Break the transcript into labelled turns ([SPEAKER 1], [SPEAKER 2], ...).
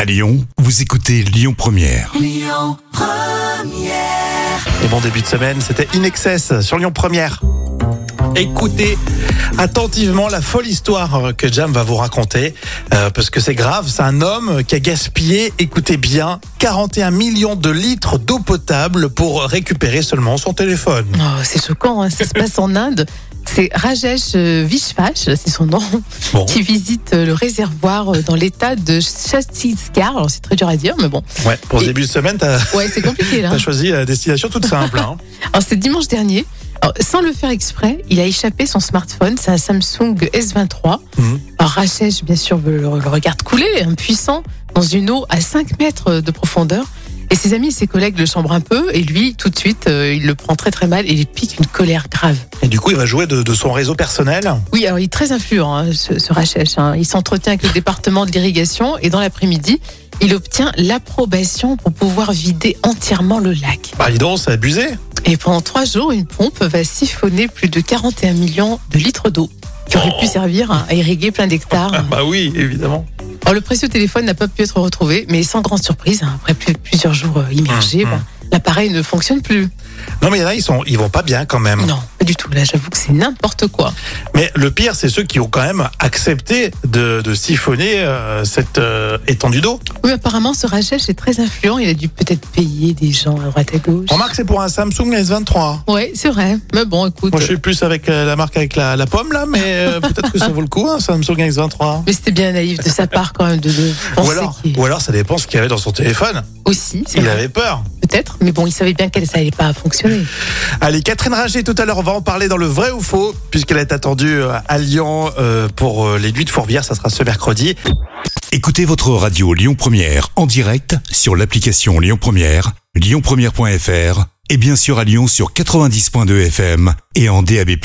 [SPEAKER 1] À Lyon, vous écoutez Lyon Première.
[SPEAKER 2] Et bon début de semaine, c'était In Excess sur Lyon Première. Écoutez attentivement la folle histoire euh, que Jam va vous raconter, euh, parce que c'est grave, c'est un homme qui a gaspillé, écoutez bien, 41 millions de litres d'eau potable pour récupérer seulement son téléphone.
[SPEAKER 3] Oh, c'est choquant, hein, ça se passe en Inde. C'est Rajesh euh, Vishvash, c'est son nom,
[SPEAKER 2] Bon,
[SPEAKER 3] qui visite euh, le réservoir euh, dans l'état de Chhattisgarh. Alors, C'est très dur à dire, mais bon.
[SPEAKER 2] ouais, pour ce début de semaine, t'as
[SPEAKER 3] Ouais, c'est compliqué là.
[SPEAKER 2] t'as choisi la destination toute simple. hein.
[SPEAKER 3] Alors, c'est dimanche dernier. Alors, sans le faire exprès, il a échappé son smartphone, c'est un Samsung S23.
[SPEAKER 2] Mhm.
[SPEAKER 3] Alors, Rajesh, bien sûr, le, le regarde couler, impuissant, dans une eau à 5 mètres de profondeur. Et ses amis et ses collègues le chambrent un peu, et lui, tout de suite, euh, il le prend très très mal et il pique une colère grave.
[SPEAKER 2] Et du coup, il va jouer de, de son réseau personnel.
[SPEAKER 3] Oui, alors il est très influent, hein, ce, ce Rachesh. hein. Il s'entretient avec le département de l'irrigation et dans l'après-midi, il obtient l'approbation pour pouvoir vider entièrement le lac.
[SPEAKER 2] Bah dis donc, c'est abusé.
[SPEAKER 3] Et pendant trois jours, une pompe va siphonner plus de 41 millions de litres d'eau qui aurait pu servir hein, à irriguer plein d'hectares.
[SPEAKER 2] Bah oui, évidemment.
[SPEAKER 3] Alors, le précieux téléphone n'a pas pu être retrouvé, mais sans grande surprise, hein, après plus- plusieurs jours euh, immergés,
[SPEAKER 2] Hum,
[SPEAKER 3] bah, l'appareil ne fonctionne plus.
[SPEAKER 2] Non mais il y en a, ils, sont, ils vont pas bien quand même.
[SPEAKER 3] Non, pas du tout. Là, j'avoue que c'est n'importe quoi.
[SPEAKER 2] Mais le pire, c'est ceux qui ont quand même accepté de, de siphonner euh, cette euh, étendue d'eau.
[SPEAKER 3] Oui, apparemment, ce Rachesh est très influent. Il a dû peut-être payer des gens à droite à gauche.
[SPEAKER 2] Remarque, c'est pour un Samsung S23.
[SPEAKER 3] Ouais, c'est vrai. Mais bon, écoute.
[SPEAKER 2] Moi, je suis plus avec euh, la marque avec la, la pomme, là, mais euh, peut-être que ça vaut le coup, un Samsung S23.
[SPEAKER 3] Mais c'était bien naïf de sa part quand même de le
[SPEAKER 2] Ou
[SPEAKER 3] penser
[SPEAKER 2] alors,
[SPEAKER 3] qu'il-
[SPEAKER 2] ou alors, ça dépend ce qu'il y avait dans son téléphone.
[SPEAKER 3] aussi, c'est
[SPEAKER 2] Il
[SPEAKER 3] vrai,
[SPEAKER 2] avait peur.
[SPEAKER 3] peut-être. Mais bon, il savait bien que ça allait pas fonctionner.
[SPEAKER 2] Allez, Catherine Ringer, tout à l'heure, on va en parler dans le vrai ou faux, puisqu'elle est attendue euh, à Lyon euh, pour euh, les nuits de Fourvière. Ça sera ce mercredi.
[SPEAKER 1] Écoutez votre radio Lyon Première en direct sur l'application Lyon Première, lyonpremière.fr et bien sûr à Lyon sur 90.2 FM et en DAB+.